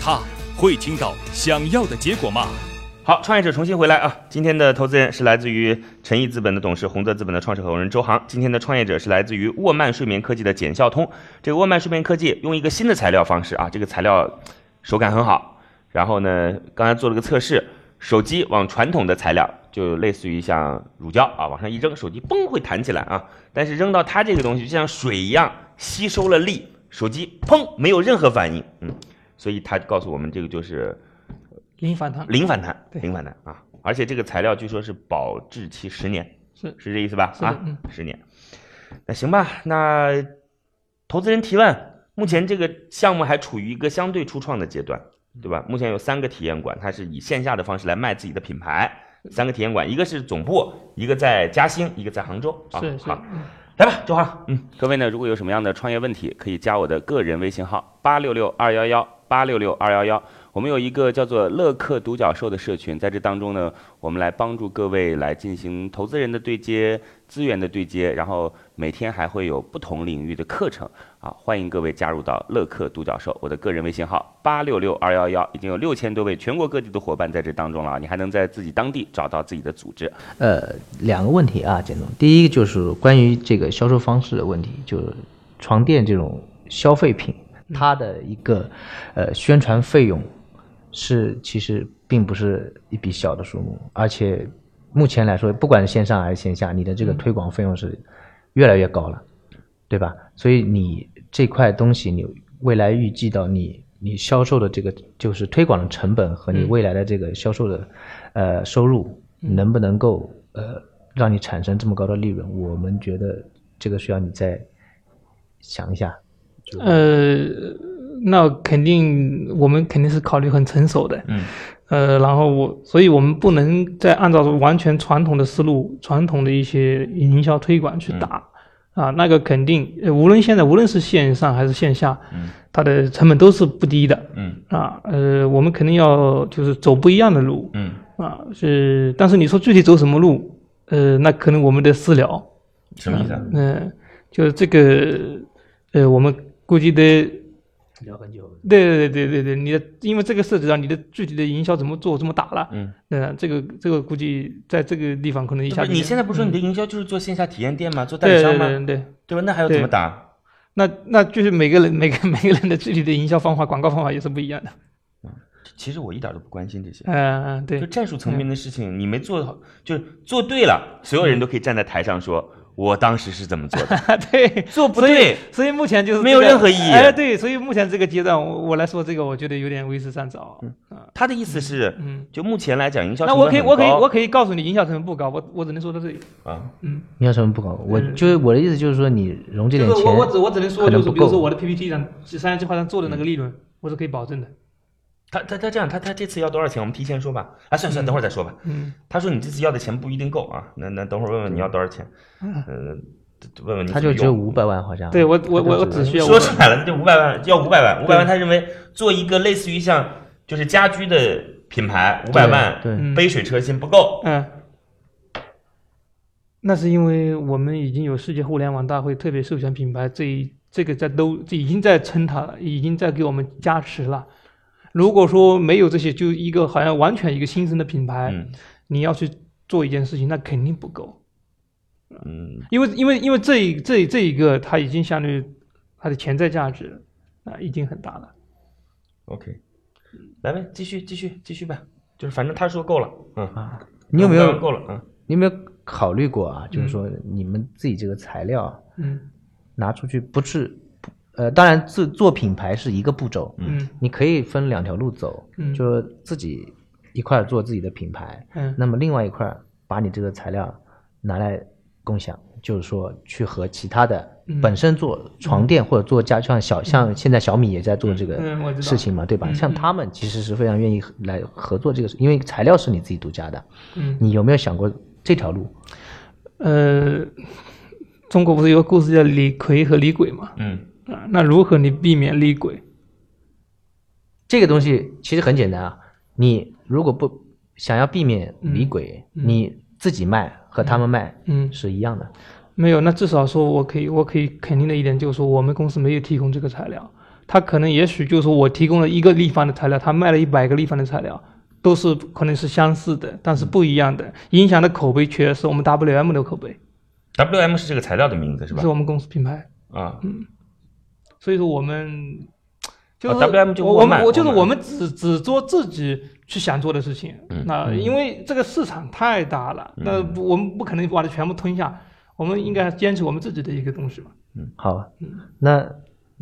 他会听到想要的结果吗？
好，创业者重新回来啊！今天的投资人是来自于诚毅资本的董事、洪泽资本的创始合伙人周航。今天的创业者是来自于沃曼睡眠科技的简孝通。这个沃曼睡眠科技用一个新的材料方式啊，这个材料手感很好。然后呢，刚才做了个测试，手机往传统的材料，就类似于像乳胶啊，往上一扔，手机嘣会弹起来啊。但是扔到它这个东西，就像水一样吸收了力，手机砰没有任何反应。嗯，所以他告诉我们，这个就是
零反弹
零反弹，
对
零反弹啊！而且这个材料据说是保质期十年，
是
是这意思吧？
是的
啊
嗯，
十年。那行吧，那投资人提问：目前这个项目还处于一个相对初创的阶段，
嗯
对吧？目前有三个体验馆，它是以线下的方式来卖自己的品牌。三个体验馆，一个是总部，一个在嘉兴，一个在杭州。啊
是是
好，来吧，周航，嗯，
各位呢，如果有什么样的创业问题，可以加我的个人微信号八六六二幺幺八六六二幺幺。我们有一个叫做“乐客独角兽”的社群，在这当中呢，我们来帮助各位来进行投资人的对接、资源的对接，然后每天还会有不同领域的课程啊，欢迎各位加入到“乐客独角兽”。我的个人微信号八六六二幺幺，已经有六千多位全国各地的伙伴在这当中了啊，你还能在自己当地找到自己的组织。
呃，两个问题啊，简总，第一个就是关于这个销售方式的问题，就是床垫这种消费品，
嗯
它的一个呃宣传费用是其实并不是一笔小的数目，而且目前来说，不管是线上还是线下，你的这个
嗯
推广费用是越来越高了，对吧？所以你这块东西，你未来预计到你你销售的这个就是推广的成本和你
嗯
未来的这个销售的、呃收入，能不能够呃让你产生这么高的利润？我们觉得这个需要你再想一下。
呃，那肯定我们肯定是考虑很成熟的。
嗯，
呃，然后我，所以我们不能再按照完全传统的思路、传统的一些营销推广去打、
嗯
啊，那个肯定，呃无论现在无论是线上还是线下，它的成本都是不低的，
嗯
啊，呃，我们肯定要就是走不一样的路，
嗯
啊，是，但是你说具体走什么路，呃，那可能我们得私聊，
什么意思啊？
嗯、就是这个，呃，我们估计得
聊很久。
对对对对对，你的因为这个涉及到你的具体的营销怎么做怎么打了，
嗯，
那这个这个估计在这个地方可能一下
不
子
是
就
你现在不是说你的营销就是做线下体验店吗？做代
对
理
对
商
对
吗？
对，
对吧？那还要怎么
对
打？
那那就是每个人每个每个人的具体的营销方法、广告方法也是不一样的，
其实我一点都不关心这些。
嗯、嗯
就
对，
战术层面的事情，你没做好，就是做对了，所有人都可以站在台上说，我当时是怎么做 的，
对，
做不对，
所以目前就是
没
这
有
个
任何意义
哎，对，所以目前这个阶段，我我来说这个，我觉得有点为时尚早。
他的意思是，
嗯
就目前来讲，营嗯销
那
成
我
本
可以，
很
我可以，
高
我可以告诉你，营销成本不高，我我只能说到这里。
啊，
营销成本不高，我就是我的意思就是说，你融这
这
点
个
钱，
我我只我只能说
可能
就是，
不
比如
够
说我的 PPT 上商业计划上做的那个利润，我是可以保证的。
他他他这样，他他这次要多少钱？我们提前说吧。啊，算了算了，等会儿再说吧。
嗯，
他说你这次要的钱不一定够啊，那那等会儿问问你要多少钱，嗯，问问你
他
怎
就
么
只有
用。
五百万好像。
嗯对我我我我
他就
只需要
说
我
出来了，就五百万，要五百万，五百万，他认为做一个类似于像就是家居的品牌，五百万，
对
嗯
杯水车薪不够。
嗯，那是因为我们已经有世界互联网大会特别授权品牌这一这个在都这已经在撑它了，已经在给我们加持了。如果说没有这些，就一个好像完全一个新生的品牌，
嗯
你要去做一件事情，那肯定不够。
嗯，
因为因为因为这一这一这一个，它已经相对于它的潜在价值啊、已经很大了。
OK，来呗，继续继续继续吧，就是反正他说够了，
啊
嗯，
你有没有
500万够了？嗯，
你有没有考虑过啊？就是说你们自己这个材料啊
嗯
拿出去不是，不呃，当然自做品牌是一个步骤，
嗯
你可以分两条路走，
嗯
就说自己一块儿做自己的品牌，
嗯
那么另外一块儿把你这个材料拿来共享，就是说去和其他的
嗯
本身做床垫或者做家像小像现在小米也在做这
嗯我
个
知道
事情嘛，对吧？
嗯
像他们其实是非常愿意和来合作这个事，因为材料是你自己独家的，
嗯。
你有没有想过这条路？
呃，中国不是有个故事叫李逵和李鬼嘛？
嗯
啊，那如何你避免李鬼？
这个东西其实很简单啊，你如果不想要避免离轨，
嗯
你自己卖和他们卖
嗯，
是一样的。
没有，那至少说我可以，我可以肯定的一点就是说，我们公司没有提供这个材料。他可能也许就是说我提供了一个立方的材料，他卖了一百个立方的材料，都是可能是相似的，但是不一样的，影响的口碑确实是我们 WM 的口碑，
，WM 是这个材料的名字是吧
是？我们公司品牌。
啊，
所以说我们就是
啊，WM 就
我
沃
我
曼
们我就是
沃曼
我们只只做自己去想做的事情。
嗯
那因为这个市场太大了，那不我们不可能把它全部吞下，我们应该坚持我们自己的一个东西嘛。
好，
嗯
那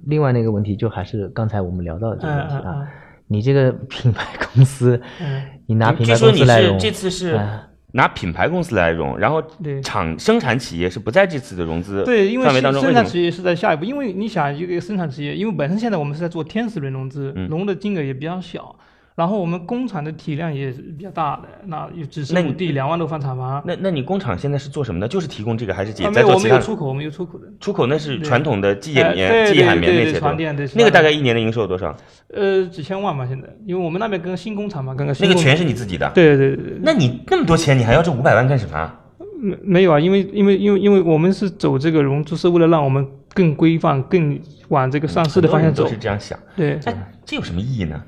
另外那个问题就还是刚才我们聊到的
嗯
这个问题啊，你这个品牌公司，
嗯
你拿品
据
牌
说
公
你
司来
是
融，
这次是
哎
拿品牌公司来融，然后
对
厂生产企业是不在这次的融资
对，因为
范围
生
当中，为
生
什
产
么？
企业是在下一步，因为你想一个生产企业，因为本身现在我们是在做天使轮融资，
嗯
融的金额也比较小，然后我们工厂的体量也是比较大的，那有只是
那
亩
你
地两万多方厂房，
那那你工厂现在是做什么的？就是提供这个，还是也
啊没
在
有
做
我
其
们
他
有
的？
出口，我们有出口的。
出口那是传统的记忆
哎
棉、
对
记忆
对
海绵
对
那
对
些
床
吧
垫对
那个大
床
概
垫
一年的营收有多少？
呃，几千万吧，现在，因为我们那边跟新工厂嘛，跟个新
那个
工
全是你自己的。
对对对对，
那你那么多钱，你还要这五百万干什么啊？
没没有啊，因为因为因为因为我们是走这个融资，是为了让我们更规范、更往这个上市的方向
很多
走
人嗯都是。这样想。
对，
哎，这有什么意义呢？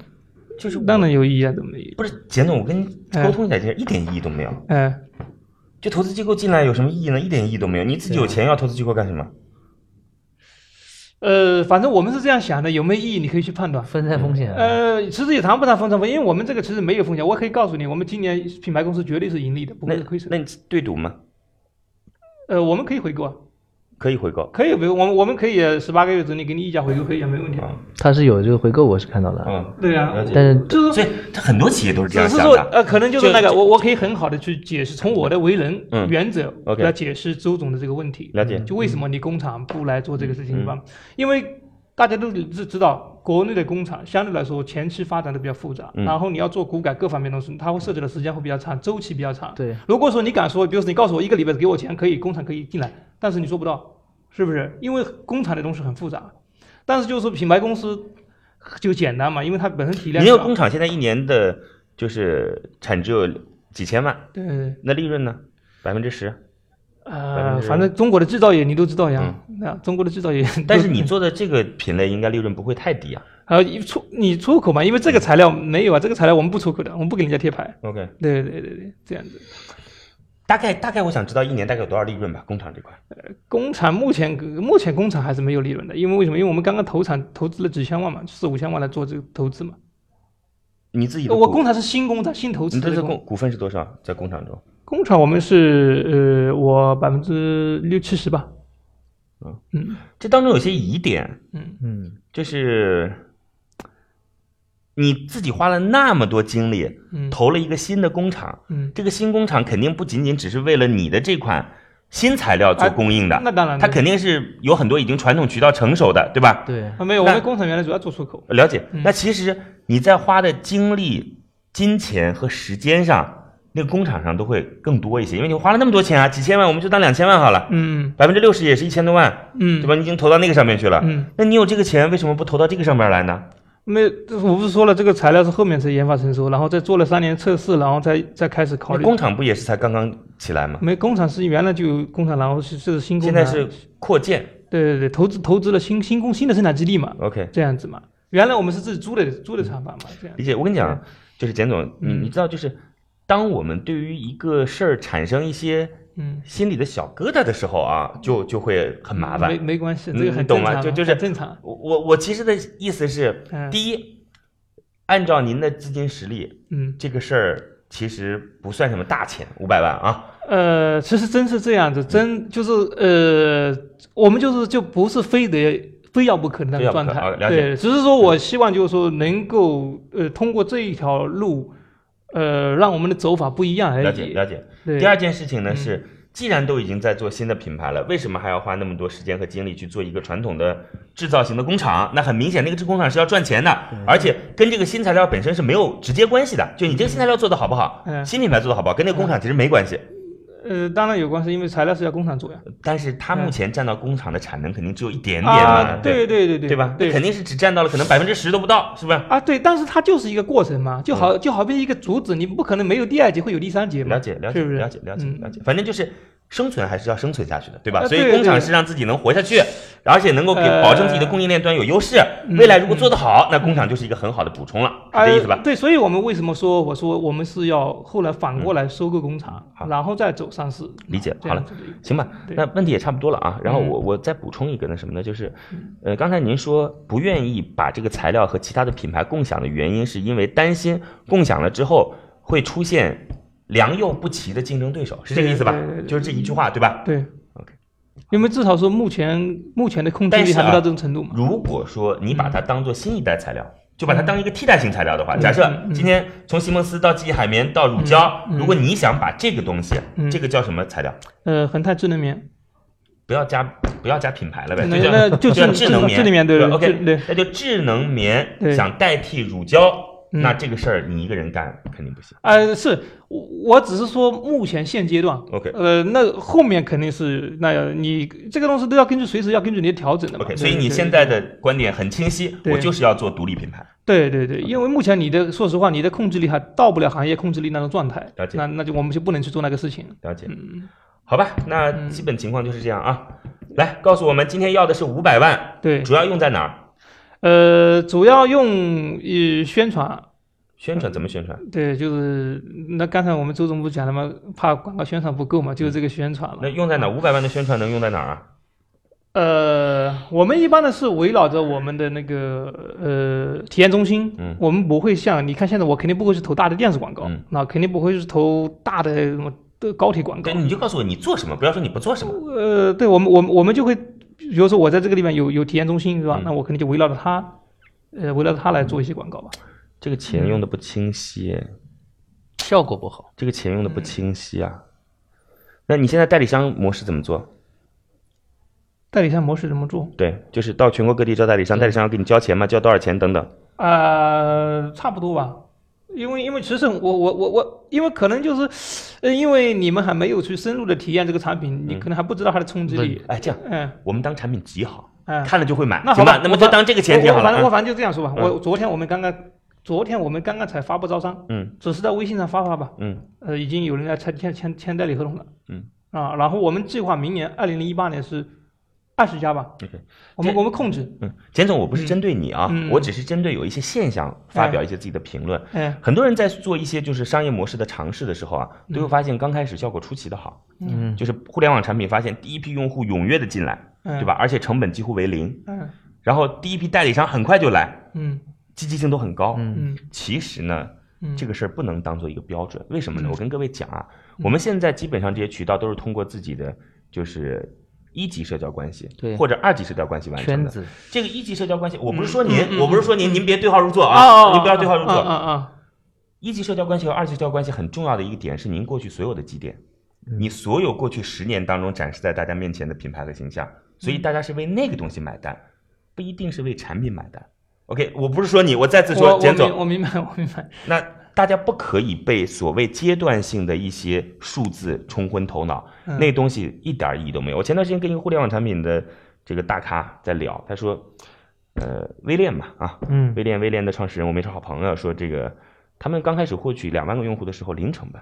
就是
当然哎
有，
有意义啊，怎么没意义？
不是简总，我跟你沟通一下，这一点意义都没有。
哎，
这投资机构进来有什么意义呢？一点意义都没有。你自己有
啊
钱要投资机构干什么？
呃，反正我们是这样想的，有没有意义你可以去判断。
分散风险啊。
呃，其实也谈不上分成分，因为我们这个其实没有风险。我可以告诉你，我们今年品牌公司绝对是盈利的，不
那
会亏损
那。你对赌吗？
呃，我们可以回购啊，
可以回购
可以回购，我们我们可以呃十八个月之内给你溢价回购，可以啊，没问题啊。
啊，
它是有这个回购，我是看到了，
嗯，
对啊
了，解
但是
就是
所以他很多企业都是这样
只是
想
说，
的。
呃，可能就是
就
那个，我我可以很好的去解释，从我的为人
嗯
原则
OK
来解释周总的这个问题。嗯
了解嗯
就为什么你工厂不来做这个事情吧？因为大家都知知道，国内的工厂相对来说前期发展的比较复杂，
嗯
然后你要做股改各方面的东西，它会涉及的时间会比较长，周期比较长。
对，
如果说你敢说，比如说你告诉我一个礼拜给我钱可以，工厂可以进来，但是你做不到，是不是？因为工厂的东西很复杂，但是就是品牌公司就简单嘛，因为它本身体量
您
小。
有工厂现在一年的就是产值有几千万，
对，
那利润呢？百分之十。
呃，反正中国的制造业你都知道呀，那、中国的制造业都，
嗯 但是你做的这个品类应该利润不会太低啊。
呃一出你出口嘛，因为这个材料没有啊，这个材料我们不出口的，我们不给人家贴牌。
OK，
对对对对，这样子。
大概大概我想知道一年大概有多少利润吧，工厂这块。
工厂目前目前工厂还是没有利润的，因为为什么？因为我们刚刚投产投资了几千万嘛，四五千万来做这个投资嘛。
你自己的
我
股
工厂是新工厂，新投资
你这
的
是股股份是多少？在工厂中，
工厂，我们是呃，我百分之六七十吧。嗯
这当中有些疑点，
嗯
嗯，
就是你自己花了那么多精力
嗯
投了一个新的工厂，
嗯，
这个新工厂肯定不仅仅只是为了你的这款新材料做供应的，
啊那当然，
它肯定是有很多已经传统渠道成熟的，对吧？
对，
啊没有，我
那
们工厂原来主要做出口。
了解。
嗯
那其实你在花的精力、金钱和时间上，那个工厂上都会更多一些，因为你花了那么多钱啊，几千万，我们就当两千万好了，
嗯
百分之六十也是一千多万，
嗯，
对吧？你已经投到那个上面去了。
嗯，
那你有这个钱，为什么不投到这个上面来呢？
没有，这我不是说了，这个材料是后面才研发成熟，然后再做了三年测试，然后再再开始考
那
虑。
工厂不也是才刚刚起来吗？
没工厂是原来就有工厂，然后是这是新工
现
厂，
在是扩建
对对对，投资投资了新新工新的生产基地嘛，
，OK，
这样子嘛。原来我们是自己租的租的厂房嘛，这样
理。解。我跟你讲，就是简总，你
嗯
你知道，就是当我们对于一个事儿产生一些
嗯，
心里的小疙瘩的时候啊，就就会很麻烦
没。没关系，
嗯
这个
你
很
懂
正
吗
常啊，
就就是
很正常。
我我我其实的意思是，
嗯
第一，按照您的资金实力，
嗯，
这个事儿其实不算什么大钱，五百万啊，
呃，其实真是这样子，
嗯
真就是呃，我们就是就不是非得。非要不可的那
非要
个
不可
状态
啊，了解
对，只是说我希望就是说能够呃通过这一条路，呃让我们的走法不一样而
了解
已。
了解。
对，
第二件事情呢
嗯
是，既然都已经在做新的品牌了，为什么还要花那么多时间和精力去做一个传统的制造型的工厂？那很明显，那个制工厂是要赚钱的，而且跟这个新材料本身是没有直接关系的。就你这个新材料做的好不好，
嗯
新品牌做的好不好，跟那个工厂其实没关系。
呃，当然有关系，因为材料是要工厂做呀。
但是它目前占到工厂的产能肯定只有一点点嘛
嗯啊，，对对对对，
对吧？
对，
肯定是只占到了可能百分之十都不到，是不是？
啊，对，但是它就是一个过程嘛，就好就好比一个竹子，你不可能没有第二节会有第三节嘛，
嗯了解，了解，
是不是？
了解，了解，
嗯
了解。反正就是生存还是要生存下去的，对吧？
啊
所以
对
工厂
对
是让自己能活下去，而且能够给
呃
保证自己的供应链端有优势。
嗯
未来如果做得好，那工厂就是一个很好的补充了，是这意思
呃
吧？
对，所以我们为什么说我说我们是要后来反过来收购工厂，
嗯啊
啊
好
然后再走上市？啊
理解
这
好
样
了
子的一个。
行吧，
对
那问题也差不多了啊。然后
嗯
我我再补充一个那什么呢？就是，呃，刚才您说不愿意把这个材料和其他的品牌共享的原因，是因为担心共享了之后会出现良莠不齐的竞争对手，是这个意思吧
对对对？对
就是这一句话，对吧？
对
OK
因为至少说目前目前的控制
但
力
是
还
啊
没到这种程度嘛。
如果说你把它当做新一代材料，就把它当一个替代性材料的话，假设
嗯嗯
今天从席梦思到记忆海绵到乳胶，
嗯
如果你想把这个东西，
嗯
这个叫什么材料？
呃，恒泰智能棉，
不要加不要加品牌了呗，
那
就
嗯那
叫
就
叫
智
智能棉，
智能棉对
吧
对
，OK，
智对
那就智能棉
对
想代替乳胶。
嗯
那这个事儿你一个人干肯定不行。
呃，是我我只是说目前现阶段
OK
呃，那后面肯定是那你这个东西都要根据随时要根据你的调整的嘛。
OK，
嗯对
所以你
对
现在的观点很清晰，
对
我就是要做独立品牌。
对对对，因为目前你的说实话，你的控制力还到不了行业控制力那种状态
了，解
那那就我们就不能去做那个事情。
了解，
嗯，
好吧，那基本情况就是这样啊。来告诉我们，今天要的是五百万，
对，
主要用在哪儿？
呃，主要用呃宣传，
宣
嗯
传怎么宣传？
对，就是那刚才我们周总不讲了吗？怕广告宣传不够嘛，就是这个宣传了。
那用在
嗯
哪？？五百万的宣传能用在哪儿啊？
呃，我们一般的是围绕着我们的那个呃体验中心，
嗯
我们不会像你看现在我肯定不会去投大的电视广告，
嗯
那肯定不会去投大的什么的高铁广告
对，，你就告诉我你做什么，不要说你不做什么。
呃，对我们，我们我们就会，比如说我在这个地方有有体验中心是吧？
嗯
那我肯定就围绕着它，呃，围绕着它来做一些广告吧。
这个
嗯
钱用的不清晰，
效果不好，
这个钱用的不
嗯
清晰啊。那你现在代理商模式怎么做？
代理商模式怎么做？
对，就是到全国各地招代理
嗯
商，代理商要给你交钱吗？交多少钱等等。
呃，差不多吧，因为因为其实我我我我，因为可能就是，呃，因为你们还没有去深入的体验这个产
嗯
品，你可能还不知道它的冲击力。
哎，这样
嗯，
我们当产品极好，
嗯
看了就会买，
那好
行
吧
吧？，那么就当这个前提
我
好
我反正我
了。嗯
反正就这样说吧。我昨天我们刚刚，昨天我们刚刚才发布招商，
嗯
只是在微信上发发吧。
嗯
呃，已经有人来签签签签代理合同了。
嗯。
啊，然后我们计划明年二零零一八年是二十家吧，
，OK，
我们
这
我们控制。
嗯，简总，我不是针对你啊，
嗯
我只是针对有一些现象发表一些自己的评论。
哎，
很多人在做一些就是商业模式的尝试的时候啊，
嗯
都会发现刚开始效果出奇的好，
嗯
就是互联网产品发现第一批用户踊跃的进来，
嗯
对吧？？而且成本几乎为零，
嗯
然后第一批代理商很快就来，
嗯
积极性都很高。
嗯
嗯
其实呢，
嗯，
这个事儿不能当做一个标准，为什么呢？
嗯
我跟各位讲啊，我们现在基本上这些渠道都是通过自己的就是一级社交关系，
对
或者二级社交关系完成
圈
哎的。
子，
这个一级社交关系，我不是说
嗯嗯
您，
嗯
我不是说您，您别对号入座
哦
啊，您不要对号入
啊啊
座。
啊！
一级社交关系和二级社交关系很重要的一个点是您过去所有的积淀，
嗯
你所有过去十年当中展示在大家面前的品牌和形象，所
嗯
以大家是为那个东西买单，不一定是为产品买单。OK，我不是说你，我再次
我
说，
我
简总
明，我明白，我明白。
那大家不可以被所谓阶段性的一些数字冲昏头脑，
嗯
那东西一点意义都没有。我前段时间跟一个互联网产品的这个大咖在聊，他说，呃，微链嘛，啊，
嗯
微链微链的创始人，我们一是好朋友，说这个他们刚开始获取两万个用户的时候零成本，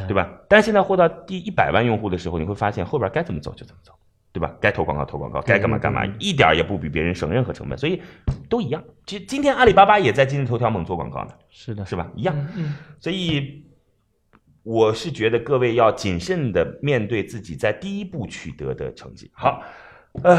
哎
对吧？但是现在获到第一百万用户的时候，你会发现后边该怎么走就怎么走，对吧？该投广告投广告，该干嘛干嘛，一点儿也不比别人省任何成本，所以都一样。其实今天阿里巴巴也在今日头条猛做广告呢。
是的，
是吧？一样，
嗯
所以我是觉得各位要谨慎的面对自己在第一步取得的成绩。好，呃，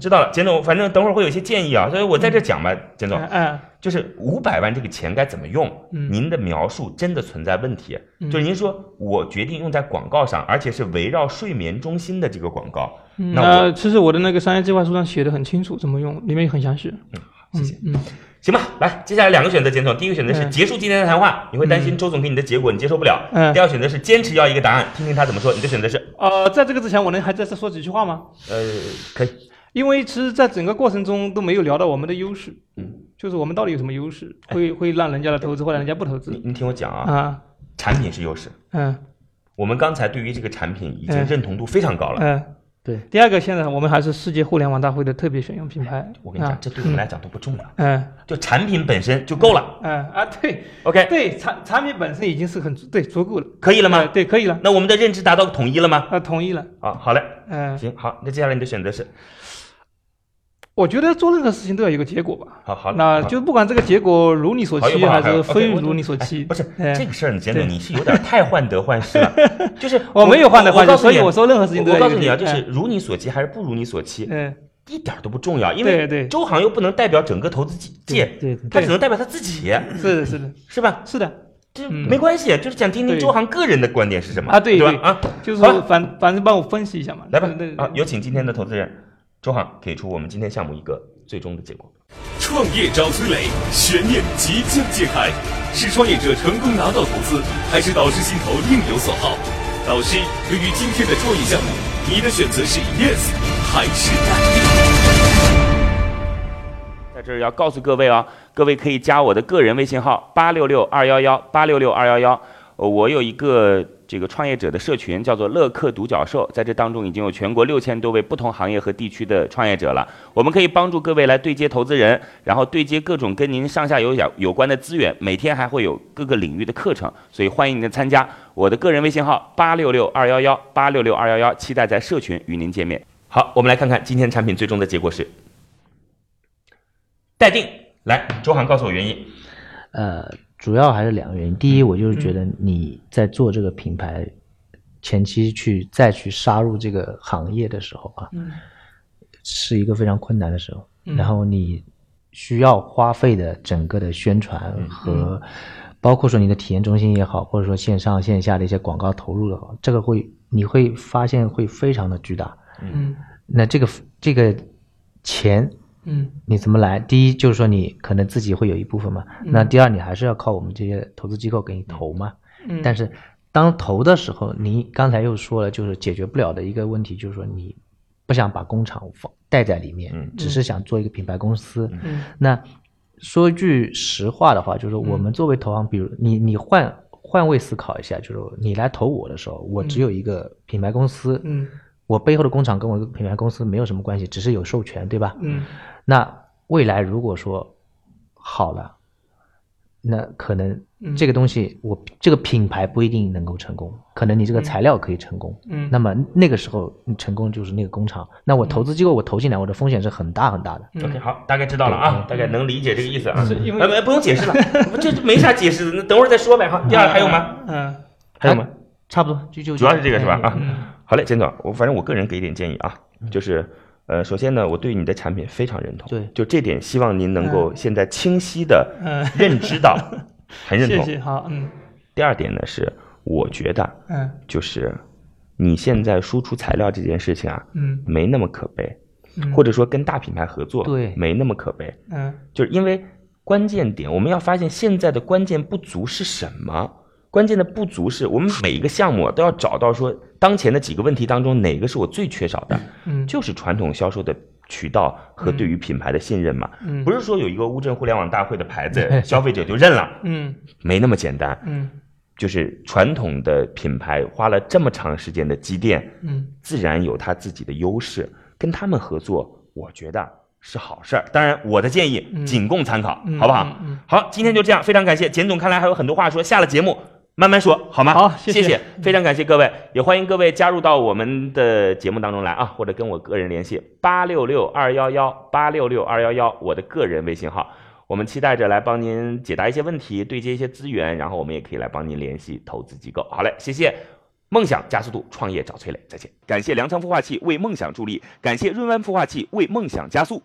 知道了，简总，反正等会儿会有一些建议啊，所以我在这讲吧，简总
嗯，，哎，
就是五百万这个钱该怎么用，
嗯
您的描述真的存在问题，
嗯
就是您说我决定用在广告上，而且是围绕睡眠中心的这个广告，那我
那嗯呃其实我的那个商业计划书上写的很清楚，怎么用，里面也很详细。
谢谢。
嗯，
行吧，来，接下来两个选择，简总。第一个选择是
嗯
结束今天的谈话，你会担心周总给你的结果你接受不了。
嗯
第二个选择是坚持要一个答案，听听他怎么说。你的选择是，
呃，在这个之前，我能还再说几句话吗？
呃，可以，
因为其实，在整个过程中都没有聊到我们的优势，
嗯，哎
就是我们到底有什么优势，会会让人家来投资，或者人家不投
你
资
你听我讲啊，
啊？
产品是优势。
嗯
我们刚才对于这个产品已经
嗯
认同度非常高了。
嗯，
对。
第二个，现在我们还是世界互联网大会的特别选用品牌。
哎我跟你讲
啊，
这对我们来讲都不重要，
嗯
就产品本身就够了。
嗯啊，对
OK，
对，产产品本身已经是很足对足够了。
可以哎了
哎
吗？
对，可以了。
那我们的认知达到统一了吗？
啊，同意了。
啊，好嘞，
嗯，
行，好，那接下来你的选择是，
我觉得做任何事情都要有个结果吧。
好好，好
那就不管这个结果如你所
好有
期
不好
还
还
是
有
非
OK，我
如你
懂
所期，
不是
哎
这个事儿呢，简
对
总，你是有点太患得患失了。就是
我没有患得患失
我告诉你啊
所以我说任何事情都
我
要
告
有
诉
一
你啊，
个
就是
哎
如你所期还是不如你所期，
嗯
一点儿都不重要，因
对
为
对
周航又不能代表整个投资界，
对对
他只能代表他自己，
呃是的，是的，
是吧？
是的
这
嗯
没关系，就是想听听
对
周航个人的观点是什么
啊，对
吧？
对
啊，
就是
好了
反反正帮我分析一下嘛。
来吧
对对，
啊，有请今天的投资人周航给出我们今天项目一个最终的结果。
创业找崔磊，悬念即将揭开，是创业者成功拿到投资，还是导师心头另有所好？导师，对于今天的创业项目，你的选择是 yes 还是 no？
在这儿要告诉各位啊，各位可以加我的个人微信号八六六二幺幺八六六二幺幺，呃我有一个这个创业者的社群，叫做乐客独角兽，在这当中已经有全国六千多位不同行业和地区的创业者了。我们可以帮助各位来对接投资人，然后对接各种跟您上下游有有关的资源，每天还会有各个领域的课程，所以欢迎您的参加。我的个人微信号八六六二幺幺八六六二幺幺，期待在社群与您见面。
好，我们来看看今天产品最终的结果是待定。来，周航告诉我原因。
呃，主要还是两个原因。第一，我就是觉得你在做这个品牌前期去再去杀入这个行业的时候啊，
嗯
是一个非常困难的时候。然后你需要花费的整个的宣传和包括说你的体验中心也好，或者说线上线下的一些广告投入的话，这个会你会发现会非常的巨大。
嗯
那这个这个钱
嗯
你怎么来？第一就是说你可能自己会有一部分嘛，那第二你还是要靠我们这些投资机构给你投嘛。
嗯，
但是当投的时候，你刚才又说了，就是解决不了的一个问题，就是说你不想把工厂放带在里面，
嗯
只是想做一个品牌公司。
嗯
那说句实话的话，就是我们作为投行，比如你你换换位思考一下，就是你来投我的时候，我只有一个品牌公司，
嗯
我背后的工厂跟我的品牌公司没有什么关系，只是有授权，对吧？
嗯
那未来如果说好了，那可能
嗯
这个东西我这个品牌不一定能够成功，可能你
嗯
这个材料可以成功。
嗯
那么那个时候你成功就是那个工厂，那我投资机构我投进来，我的风险是很大很大的。
嗯
OK，好，大概知道了啊，大概能理解这个意思啊。
是因为
呃，不不用解释了，这这没啥解释的，那等会儿再说呗哈。第二还有吗？？
嗯
还有吗？
哎差不多，就就
主要是这个是吧？啊，
嗯
好嘞，简总，我反正我个人给一点建议啊，就是呃，首先呢，我对你的产品非常认同，
对
就这点希望您能够现在清晰的
嗯，
认知 到，很认
谢
同。
谢，好，嗯
第二点呢是，我觉得
嗯
就是你现在输出材料这件事情啊，
嗯
没那么可悲，
嗯
或者说跟大品牌合作，
对
没那么可悲，
嗯
就是因为关键点，我们要发现现在的关键不足是什么。关键的不足是我们每一个项目都要找到说当前的几个问题当中哪个是我最缺少的，
嗯
就是传统销售的渠道和对于品牌的信任嘛。
嗯
不是说有一个乌镇互联网大会的牌 子，消费者就认了，
嗯
没那么简单。
嗯
就是传统的品牌花了这么长时间的积淀，
嗯
自然有它自己的优势，跟他们合作，我觉得是好事儿。当然，我的建议仅供参考，
嗯
好不好？
嗯嗯
好，今天就这样，非常感谢简总，看来还有很多话说，下了节目。慢慢说，好吗？
好
谢
谢谢
非常感谢各位，也欢迎各位加入到我们的节目当中来啊，或者跟我个人联系八六六二幺幺八六六二幺幺，我的个人微信号。我们期待着来帮您解答一些问题，对接一些资源，然后我们也可以来帮您联系投资机构。好嘞，谢谢。梦想加速度，创业找崔磊，再见。感谢粮仓孵化器为梦想助力，感谢润湾孵化器为梦想加速。